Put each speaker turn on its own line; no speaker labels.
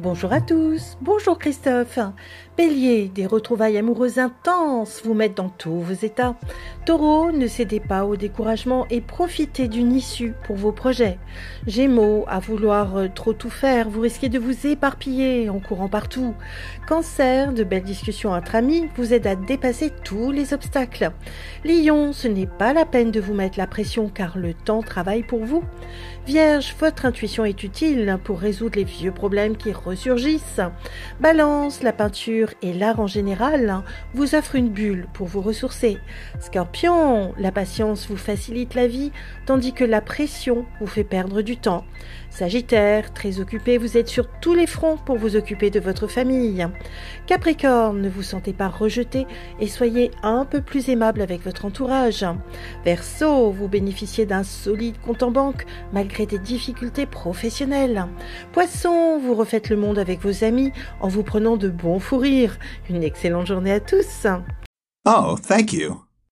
Bonjour à tous, bonjour Christophe. Bélier, des retrouvailles amoureuses intenses vous mettent dans tous vos états. Taureau, ne cédez pas au découragement et profitez d'une issue pour vos projets. Gémeaux, à vouloir euh, trop tout faire, vous risquez de vous éparpiller en courant partout. Cancer, de belles discussions entre amis vous aident à dépasser tous les obstacles. Lion, ce n'est pas la peine de vous mettre la pression car le temps travaille pour vous. Vierge, votre intuition est utile pour résoudre les vieux problèmes qui ressurgissent. Balance, la peinture et l'art en général vous offrent une bulle pour vous ressourcer. Scorpion, la patience vous facilite la vie tandis que la pression vous fait perdre du temps. Sagittaire, très occupé, vous êtes sur tous les fronts pour vous occuper de votre famille. Capricorne, ne vous sentez pas rejeté et soyez un peu plus aimable avec votre entourage. Verseau, vous bénéficiez d'un solide compte en banque malgré des difficultés professionnelles. Poisson, vous refaites le monde avec vos amis en vous prenant de bons fous rires. Une excellente journée à tous.
Oh, thank you.